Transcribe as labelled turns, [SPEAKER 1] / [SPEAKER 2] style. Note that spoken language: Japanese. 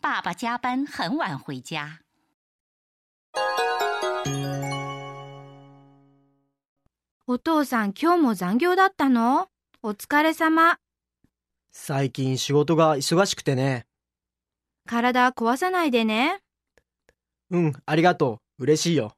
[SPEAKER 1] 爸爸加班很晚回家。
[SPEAKER 2] お父さん今日も残業だったのお疲れ様。
[SPEAKER 3] 最近仕事が忙しくてね。
[SPEAKER 2] 体壊さないでね。
[SPEAKER 3] うん、ありがとう。嬉しいよ。